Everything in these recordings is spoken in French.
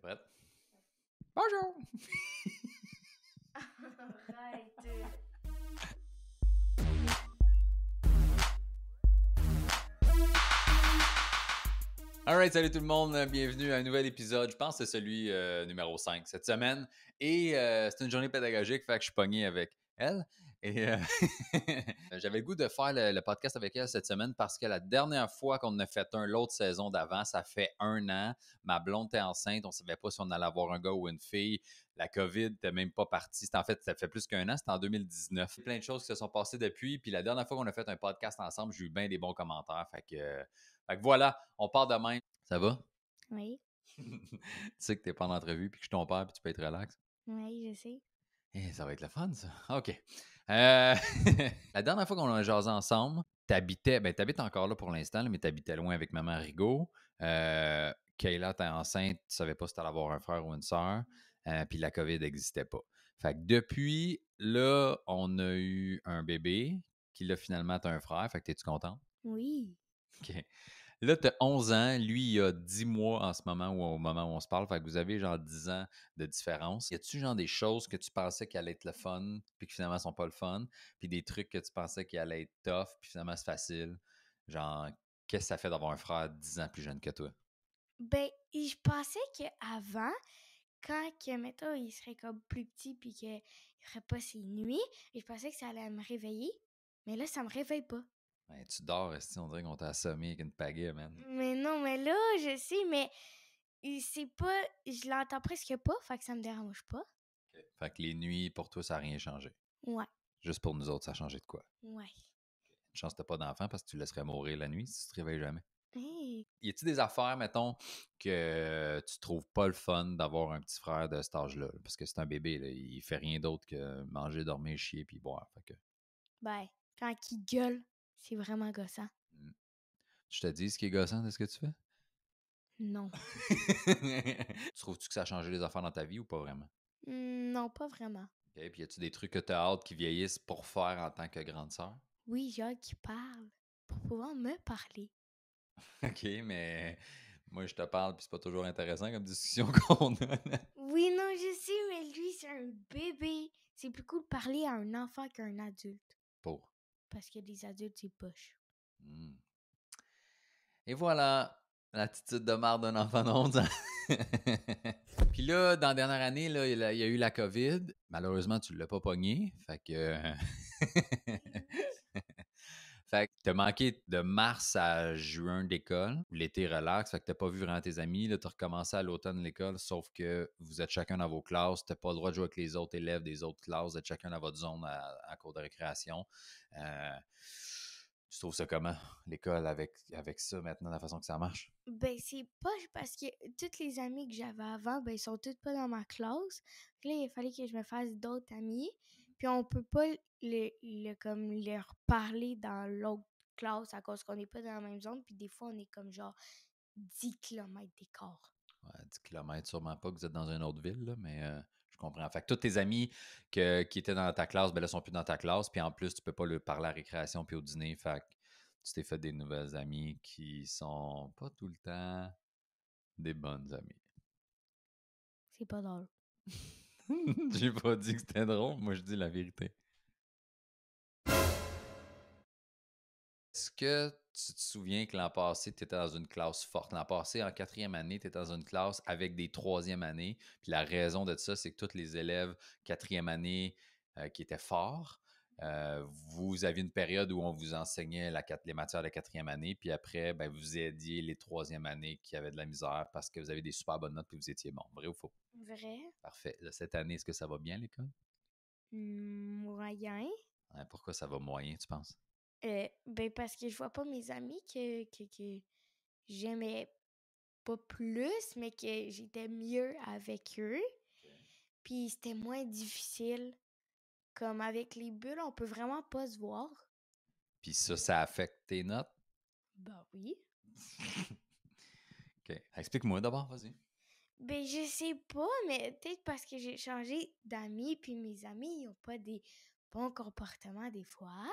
prête? Bonjour! Arrête. Alright, salut tout le monde, bienvenue à un nouvel épisode. Je pense que c'est celui euh, numéro 5 cette semaine. Et euh, c'est une journée pédagogique, fait que je suis pogné avec elle. Et euh, j'avais le goût de faire le, le podcast avec elle cette semaine parce que la dernière fois qu'on en a fait un, l'autre saison d'avant, ça fait un an. Ma blonde était enceinte, on savait pas si on allait avoir un gars ou une fille. La COVID n'était même pas partie. C'est- En fait, ça fait plus qu'un an, c'était en 2019. Plein de choses qui se sont passées depuis. Puis la dernière fois qu'on a fait un podcast ensemble, j'ai eu bien des bons commentaires. Fait que, euh, fait que voilà, on part de même. Ça va? Oui, tu sais que t'es pas en entrevue puis que je suis ton père puis tu peux être relax. oui, je sais. Eh, ça va être le fun, ça. OK. Euh, la dernière fois qu'on a jasé ensemble, t'habitais, ben t'habites encore là pour l'instant, là, mais t'habitais loin avec maman Rigaud. Euh, Kayla, t'es enceinte, tu savais pas si t'allais avoir un frère ou une sœur, euh, puis la COVID n'existait pas. Fait que depuis, là, on a eu un bébé qui, là, finalement, t'as un frère, fait que t'es-tu contente? Oui. OK. Là, tu as 11 ans. Lui, il a 10 mois en ce moment ou au moment où on se parle. Fait que vous avez genre 10 ans de différence. Y a-tu genre des choses que tu pensais qui allaient être le fun, puis qui finalement sont pas le fun? Puis des trucs que tu pensais qui allaient être tough, puis finalement c'est facile? Genre, qu'est-ce que ça fait d'avoir un frère 10 ans plus jeune que toi? Ben, et je pensais qu'avant, quand, que, mettons, il serait comme plus petit puis qu'il ferait pas ses nuits, et je pensais que ça allait me réveiller, mais là, ça me réveille pas. Ben, tu dors, esti, on dirait qu'on t'a assommé avec une pagaie, man. Mais non, mais là, je sais, mais il- c'est pas. Je l'entends presque pas, fait que ça me dérange pas. Fait que les nuits, pour toi, ça n'a rien changé. Ouais, Juste pour nous autres, ça a changé de quoi? ouais. Une chance que t'as pas d'enfant parce que tu laisserais mourir la nuit si tu te réveilles jamais. Hey, y a-tu des affaires, mettons, que tu trouves pas le fun d'avoir un petit frère de cet âge-là? Parce que c'est un bébé, là, il fait rien d'autre que manger, dormir, chier, puis boire. Fait que ben, quand il gueule, c'est vraiment gossant. je te dis ce qui est gossant de ce que tu Non. fais? Trouves-tu que ça a changé les affaires dans ta vie ou pas vraiment? Hmm, non, pas vraiment. Et Puis y a-tu des trucs que t'as hâte qui vieillissent pour faire en tant que grande sœur? Oui, genre qui parle pour pouvoir me parler. OK, mais moi, je te parle, puis c'est pas toujours intéressant comme discussion qu'on a. là. Oui, non, je sais, mais lui, c'est un bébé. C'est plus cool de parler à un enfant qu'à un adulte. Pour. Parce que les adultes, c'est poche. Hmm. Et voilà l'attitude de marre d'un enfant de 11 ans. Puis là, dans la dernière année, là, il, a, il y a eu la COVID. Malheureusement, tu ne l'as pas pogné. Fait que. fait que t'as manqué de mars à juin d'école. L'été relax. Fait que t'as pas vu vraiment tes amis. Là, t'as recommencé à l'automne l'école, sauf que vous êtes chacun dans vos classes. T'as pas le droit de jouer avec les autres élèves des autres classes. Vous êtes chacun dans votre zone à, à cours de récréation. Euh, tu trouves ça comment, l'école, avec, avec ça maintenant, la façon que ça marche? Ben, c'est poche parce que toutes les amies que j'avais avant, ben, ils sont toutes pas dans ma classe. Fait que Là, il fallait que je me fasse d'autres amis. Puis on peut pas le, le- comme leur parler dans l'autre classe à cause qu'on n'est pas dans la même zone. Puis des fois, on est comme genre 10 km d'écart. Ouais, 10 km, sûrement pas que vous êtes dans une autre ville, là, mais euh, je comprends. Fait que tous tes amis que- qui étaient dans ta classe, ben là, sont plus dans ta classe. Puis en plus, tu peux pas leur parler à la récréation puis au dîner. Fait que tu t'es fait des nouvelles amies qui sont pas tout le temps des bonnes amies. C'est pas drôle. J'ai pas dit que c'était drôle. Moi, je dis la vérité. Est-ce que tu te souviens que l'an passé, tu étais dans une classe forte? L'an passé, en quatrième année, tu étais dans une classe avec des troisième années. Puis la raison de ça, c'est que tous les élèves quatrième année euh, qui étaient forts, euh, vous aviez une période où on vous enseignait la quat- les matières de quatrième année. Puis après, ben, vous aidiez les troisième années qui avaient de la misère parce que vous avez des super bonnes notes puis vous étiez bon. Vrai ou faux? Vrai? Parfait. Là, cette année, est-ce que ça va bien, l'école? Hmm, Moyen? Hein, pourquoi ça va moyen, tu penses? Euh, ben parce que je vois pas mes amis que, que, que j'aimais pas plus, mais que j'étais mieux avec eux. Puis c'était moins difficile. Comme avec les bulles, on peut vraiment pas se voir. Puis ça, ça affecte tes notes? Ben oui. OK. Explique-moi d'abord, vas-y. Ben je sais pas, mais peut-être parce que j'ai changé d'amis, puis mes amis, ils ont pas des bons comportements des fois.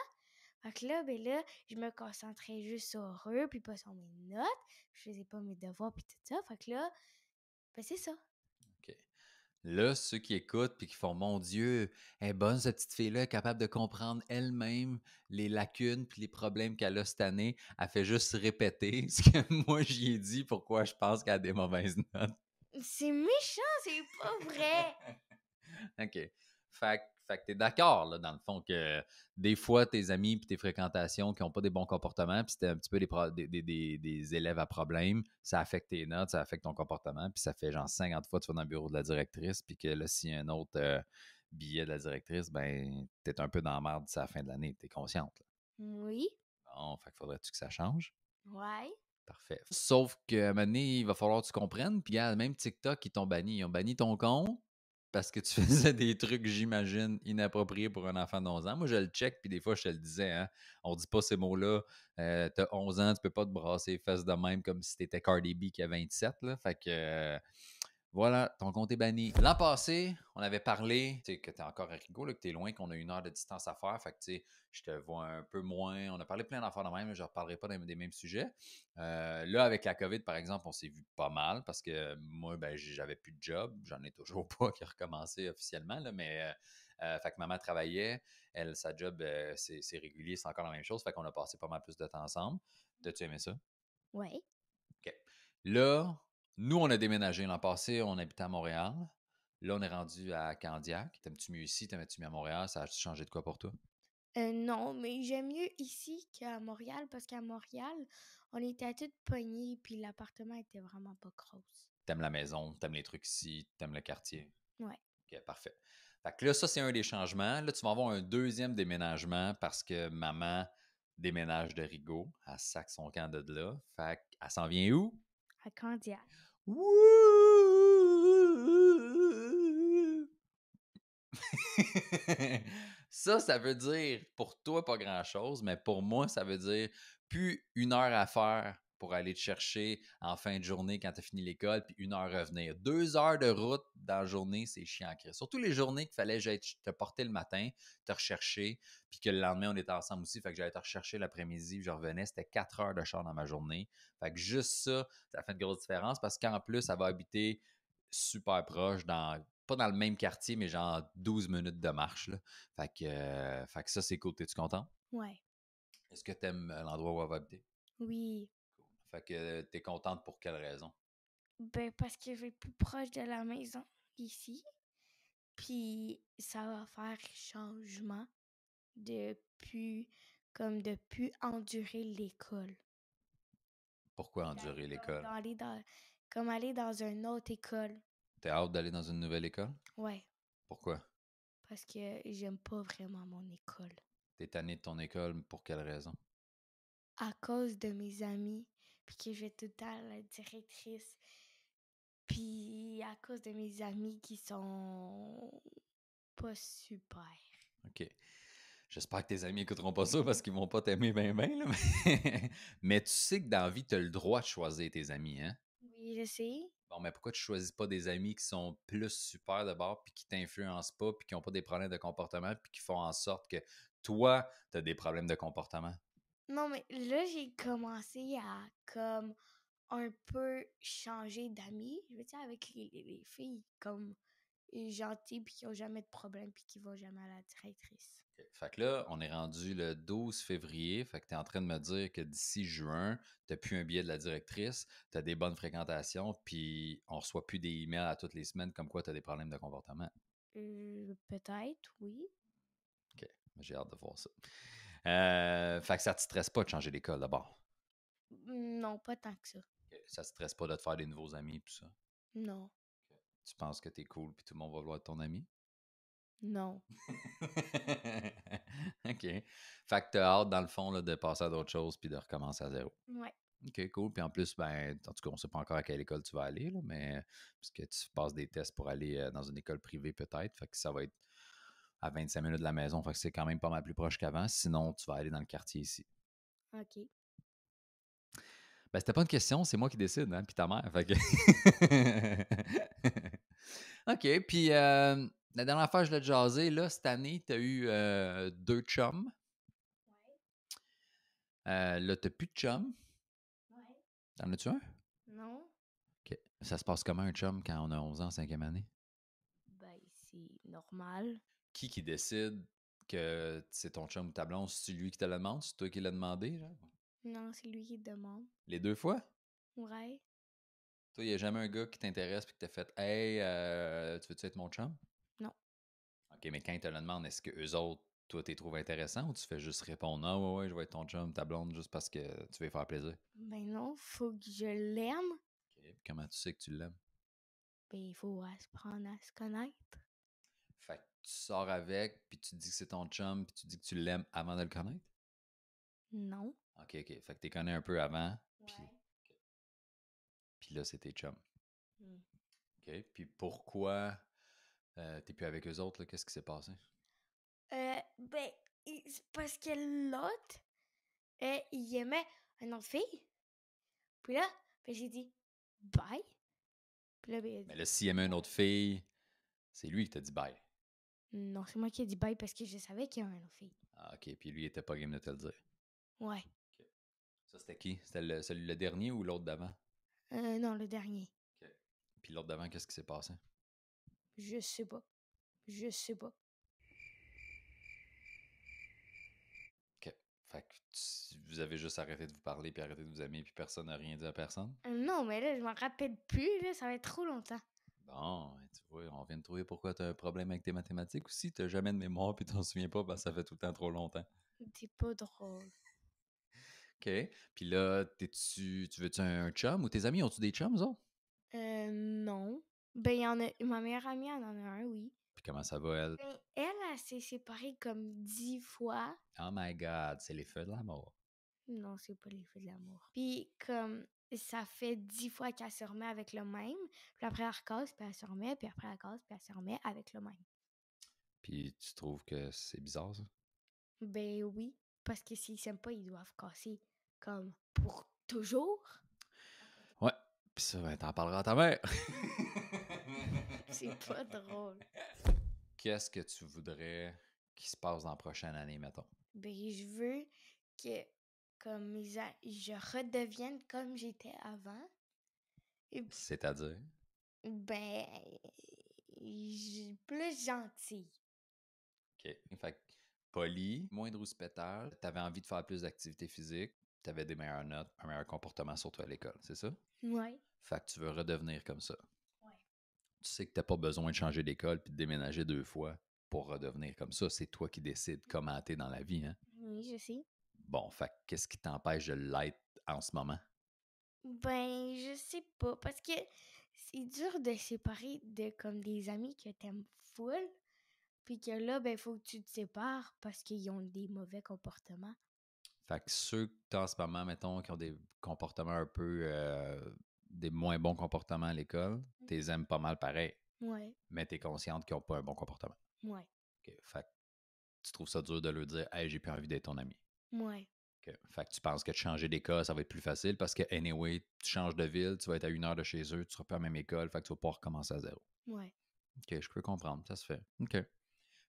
Fait que là, ben là, je me concentrais juste sur eux, puis pas sur mes notes. Je faisais pas mes devoirs, puis tout ça. Fait que là, ben c'est ça. Là, ceux qui écoutent puis qui font Mon Dieu, elle est bonne cette petite fille-là, elle est capable de comprendre elle-même les lacunes puis les problèmes qu'elle a cette année. Elle fait juste répéter ce que moi j'y ai dit, pourquoi je pense qu'elle a des mauvaises notes. C'est méchant, c'est pas vrai. OK. Fait, que- fait que t'es d'accord, là, dans le fond, que des fois, tes amis puis tes fréquentations qui n'ont pas des bons comportements, puis c'était un petit peu des, pro- des, des- des- des élèves à problème, ça affecte tes notes, ça affecte ton comportement, puis ça fait genre 50 fois que tu vas dans le bureau de la directrice, puis que là, s'il y a un autre euh, billet de la directrice, ben, t'es un peu dans la merde d'ici la fin de l'année, t'es consciente. là. Oui. Bon, fait que faudrait-tu que ça change? Ouais. Parfait. Sauf qu'à un moment donné, il va falloir que tu comprennes. Puis, regarde, même TikTok, ils t'ont banni. Ils ont banni ton compte parce que tu faisais des trucs, j'imagine, inappropriés pour un enfant de 11 ans. Moi, je le check, puis des fois, je te le disais. Hein, on dit pas ces mots-là. Euh, T'as 11 ans, tu peux pas te brasser les fesses de même comme si t'étais Cardi B qui a 27. Là. Fait que... euh, voilà, ton compte est banni. L'an passé, on avait parlé, tu sais, que t'es encore à Rigaud, là, que t'es loin, qu'on a une heure de distance à faire. Fait que, tu sais, je te vois un peu moins. On a parlé plein d'affaires de même, je ne reparlerai pas des- des mêmes sujets. Euh, là, avec la COVID, par exemple, on s'est vu pas mal parce que moi, ben, j- j'avais plus de job. J'en ai toujours pas qui a recommencé officiellement, là, mais euh, euh, fait que maman travaillait. Elle, sa job, euh, c'est c'est régulier, c'est encore la même chose. Fait qu'on a passé pas mal plus de temps ensemble. T'as-tu aimé ça? Ouais. Là, nous, on a déménagé l'an passé, on habitait à Montréal. Là, on est rendu à Candiac. T'aimes-tu mieux ici? T'aimes-tu mieux à Montréal? Ça a changé de quoi pour toi? Euh, non, mais j'aime mieux ici qu'à Montréal parce qu'à Montréal, on était à toute poignée puis l'appartement était vraiment pas grosse. t'aimes la maison, t'aimes les trucs ici, t'aimes le quartier. Ouais. OK, parfait. Fait que là, ça, c'est un des changements. Là, tu vas avoir un deuxième déménagement parce que maman déménage de Rigaud. Elle sac son camp de là. Fait qu'elle s'en vient où? À Candiac. Wouh! ça, ça veut dire pour toi pas grand chose, mais pour moi, ça veut dire plus une heure à faire pour aller te chercher en fin de journée quand tu as fini l'école, puis une heure à revenir. Deux heures de route dans la journée, c'est chiant à crise. Surtout les journées qu'il fallait que j'aille te porter le matin, te rechercher, puis que le lendemain, on était ensemble aussi, fait que j'allais te rechercher l'après-midi, puis je revenais, c'était quatre heures de char dans ma journée. Fait que juste ça, ça fait une grosse différence parce qu'en plus, elle va habiter super proche, dans pas dans le même quartier, mais genre 12 minutes de marche. là. Fait, que, euh, fait que ça, c'est cool. T'es-tu content? Ouais. Est-ce que t'aimes euh, l'endroit où elle va habiter? Oui. Fait que euh, t'es contente pour quelle raison? Ben parce que je vais être plus proche de la maison ici. Puis ça va faire changement de plus comme de plus endurer l'école. Pourquoi D'aller endurer dans- l'école? d'aller dans- comme aller dans une autre école. T'es hâte d'aller dans une nouvelle école? Ouais. Pourquoi? Parce que j'aime pas vraiment mon école. T'es tanné de ton école, mais pour quelle raison? à cause de mes amis, puis que je vais tout le temps à la directrice, puis à cause de mes amis qui sont pas super. OK. J'espère que tes amis écouteront pas ça parce qu'ils vont pas t'aimer bien, bien. Mais... mais tu sais que dans la vie, t'as le droit de choisir tes amis, hein? Oui, je sais. Bon, mais pourquoi tu choisis pas des amis qui sont plus super de bord, puis qui t'influencent pas, puis qui ont pas des problèmes de comportement, puis qui font en sorte que toi, tu as des problèmes de comportement? Non, mais là, j'ai commencé à comme un peu changer d'amis. Je veux dire, avec les, les- les filles comme gentilles, puis qui ont jamais de problème, puis qui vont jamais à la directrice. Fait que là, on est rendu le 12 février. Fait que tu es en train de me dire que d'ici juin, tu plus un billet de la directrice, tu as des bonnes fréquentations, puis on reçoit plus des emails à toutes les semaines comme quoi tu as des problèmes de comportement. Euh, Peut-être, oui. J'ai hâte de voir ça. Euh, fait que ça te stresse pas de changer d'école d'abord. Mmh, Non, pas tant que ça. Ça te stresse pas de te faire des nouveaux amis, tout ça. Non, Tu penses que tu es cool, puis tout le monde va vouloir être ton ami? non. OK. Fait que t'as hâte, dans le fond, là, de passer à d'autres choses puis de recommencer à zéro. Ouais. OK, cool. Puis en plus, ben, en tout cas, on sait pas encore à quelle école tu vas aller, là, mais parce que tu passes des tests pour aller euh, dans une école privée peut-être. Fait que ça va être à 25 minutes de la maison. Fait que c'est quand même pas mal plus proche qu'avant. Sinon, tu vas aller dans le quartier ici. Ok. Ben, c'était pas une question, c'est moi qui décide, hein, puis ta mère. Fait que- OK, puis euh, la dernière fois, je l'ai jasé, là, cette année, t'as eu euh, deux chums. Euh, là, t'as plus de chum. Ouais. T'en as-tu un? Non. OK. Ça se passe comment un chum quand on a 11 ans, en cinquième année? Ben, c'est normal. Qui qui décide que c'est ton chum ou ta blonde? C'est lui qui te le demande? C'est toi qui l'as demandé? Genre? Non, c'est lui qui demande. Les deux fois? Ouais. Toi, il n'y a jamais un gars qui t'intéresse puis qui t'a fait Hey, euh, tu veux-tu être mon chum? Non. OK, mais quand ils te le demandent, est-ce que eux autres, toi, t'es trouves intéressant ou tu fais juste répondre Ah, ouais, ouais, je vais être ton chum, ta blonde, juste parce que tu veux lui faire plaisir? Ben non, faut que je l'aime. OK, puis comment tu sais que tu l'aimes? Ben il faut apprendre à se connaître. Fait que tu sors avec, puis tu dis que c'est ton chum, puis tu dis que tu l'aimes avant de le connaître? Non. OK, OK. Fait que t'es connais un peu avant, puis puis là, c'est tes chums. Mm. OK. Puis pourquoi euh, t'es plus avec eux autres? là? Qu'est-ce qui s'est passé? Euh, ben, il- c'est parce que l'autre, euh, il aimait une autre fille. Puis là, ben, j'ai dit bye. Puis là, ben, il a Mais dit, là, s'il aimait une autre fille, c'est lui qui t'a dit bye. non, c'est moi qui ai dit bye parce que je savais qu'il y avait une autre fille. Ah, OK. Puis lui, il était pas game de te le dire. Ouais. Ça, c'était qui? C'était le, celui le dernier ou l'autre d'avant? Euh, non, le dernier. Puis l'autre d'avant, qu'est-ce qui s'est passé? Je sais pas. Je sais pas. Fait que tu- vous avez juste arrêté de vous parler, puis arrêté de vous aimer, puis personne n'a rien dit à personne? Euh, non, mais là, je m'en rappelle plus, là, ça va être trop longtemps. Bon, ben, tu vois, on vient de trouver pourquoi t'as un problème avec tes mathématiques aussi. T'as jamais de mémoire, puis t'en souviens pas, parce que ça fait tout le temps trop longtemps. C'est pas drôle. OK. Puis là, t'es-tu, tu veux-tu un, un chum ou tes amis ont-tu des chums, eux autres? Euh, non. Ben, il y en a. Ma meilleure amie, elle en a un, oui. Puis comment ça va, elle? Ben, elle, elle s'est séparée comme dix fois. Oh my God, c'est les feux de l'amour. Non, c'est pas les feux de l'amour. Puis, comme, ça fait dix fois qu'elle se remet avec le même. Puis après, elle recasse, puis elle se remet, puis après, elle casse, puis elle se remet avec le même. Puis tu trouves que c'est bizarre, ça? Ben oui, parce que s'ils s'aiment pas, ils doivent casser, comme, pour toujours. Ouais. Puis ça, ben, t'en parleras à ta mère. C'est pas drôle. Qu'est-ce que tu voudrais qui se passe dans la prochaine année, mettons? Ben, je veux que, comme, mes a- je redevienne comme j'étais avant. Et puis, C'est-à-dire? ben, j- plus gentille. OK. Fait que poli, moindre hospital, t'avais envie de faire plus d'activité physique, t'avais des meilleures notes, un meilleur comportement, surtout à l'école, c'est ça? Ouais. Fait que tu veux redevenir comme ça. Ouais. Tu sais que t'as pas besoin de changer d'école puis de déménager deux fois pour redevenir comme ça. C'est toi qui décides comment t'es dans la vie, hein? Oui, je sais. Bon, fait que qu'est-ce qui t'empêche de l'être en ce moment? Ben, je sais pas, parce que c'est dur de séparer de comme des amis que t'aimes full, puis que là, ben, faut que tu te sépares parce qu'ils ont des mauvais comportements. Fait que ceux que t'as en ce moment, mettons, qui ont des comportements un peu... euh, des moins bons comportements à l'école, t'es aimes pas mal pareil, Ouais, mais t'es consciente qu'ils ont pas un bon comportement. ouais, OK. Fait que tu trouves ça dur de leur dire « Hey, j'ai plus envie d'être ton ami. ouais, OK. Fait que tu penses que de changer d'école, ça va être plus facile parce que, anyway, tu changes de ville, tu vas être à une heure de chez eux, tu seras pas à la même école, fait que tu vas pas recommencer à zéro. ouais. OK, je peux comprendre, ça se fait. OK.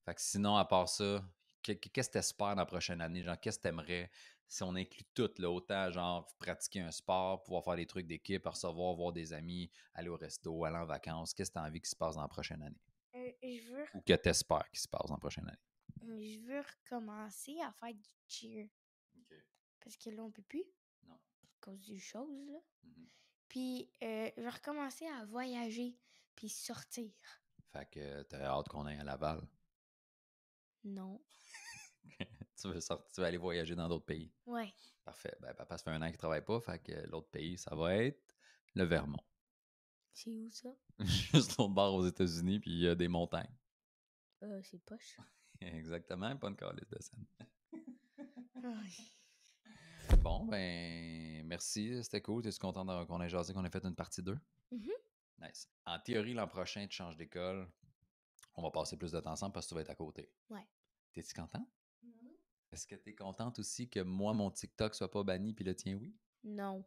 Fait que sinon, à part ça, que- que- qu'est-ce que t'espères dans la prochaine année? Genre, qu'est-ce que t'aimerais si on inclut tout, là, autant, genre, pratiquer un sport, pouvoir faire des trucs d'équipe, recevoir, voir des amis, aller au resto, aller en vacances, qu'est-ce que t'as envie qui se passe dans la prochaine année? Euh, je veux, Ou que t'espères qui se passe dans la prochaine année? je veux recommencer à faire du cheer, parce que là, on peut plus. Non. À cause du chose, là. Mhm. Puis, euh, je veux recommencer à voyager, puis sortir. Fait que t'as hâte qu'on aille à Laval. Non. Tu veux, sortir, tu veux aller voyager dans d'autres pays. Ouais, Parfait. Ben, papa, ça fait un an qu'il travaille pas, fait que l'autre pays, ça va être le Vermont. c'est où ça? Juste l'autre bord aux États-Unis, puis il y a des montagnes. Euh, c'est poche. Exactement, pas une calice de scène. Ouais. Bon, ben, merci, c'était cool. T'es-tu content d'avoir- qu'on ait jasé, qu'on ait fait une partie 2? Mhm. Nice. En théorie, l'an prochain, tu changes d'école. On va passer plus de temps ensemble parce que tu vas être à côté. Ouais. T'es-tu content? Est-ce que t'es contente aussi que moi, mon TikTok soit pas banni, puis le tien, oui? Non.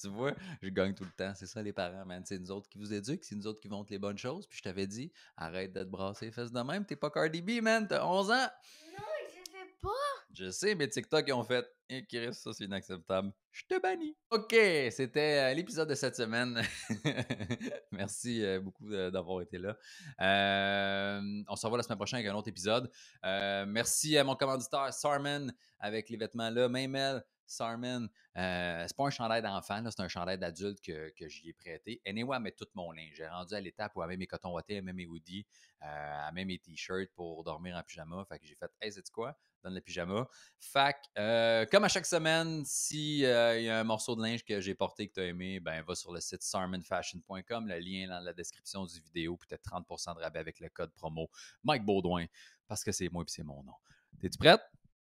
tu vois, je gagne tout le temps. C'est ça, les parents, man. C'est nous autres qui vous éduquent, c'est nous autres qui vont les bonnes choses. Puis je t'avais dit, arrête de te brasser les fesses de même. T'es pas Cardi B, man. T'as 11 ans. Je fais pas. Je sais, mais TikTok, ils ont fait. Et Chris, ça, c'est inacceptable. Je te bannis. OK, c'était euh, l'épisode de cette semaine. Merci euh, beaucoup euh, d'avoir été là. Euh, on se revoit la semaine prochaine avec un autre épisode. Euh, merci à mon commanditaire Sarman avec les vêtements là, Maymel, Sarman. Euh, c'est pas un chandail d'enfant, là, c'est un chandail d'adulte que, que j'y ai prêté. Anyway, elle met tout mon linge. J'ai rendu à l'étape où elle met mes cotons wattés, elle met mes hoodies, euh, elle met mes t-shirts pour dormir en pyjama. Fait que j'ai fait, hey, c'est quoi? Donne le pyjama. Fait que, euh, comme à chaque semaine, s'il y a un morceau de linge que j'ai porté que tu as aimé, ben va sur le site sarmanfashion.com. Le lien est dans la description du vidéo. Peut-être 30 de rabais avec le code promo Mike Baudouin. Parce que c'est moi et c'est mon nom. T'es-tu prête?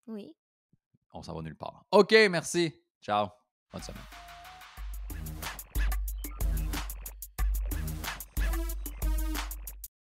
Oui. On s'en va nulle part. OK, merci. Ciao. Bonne semaine.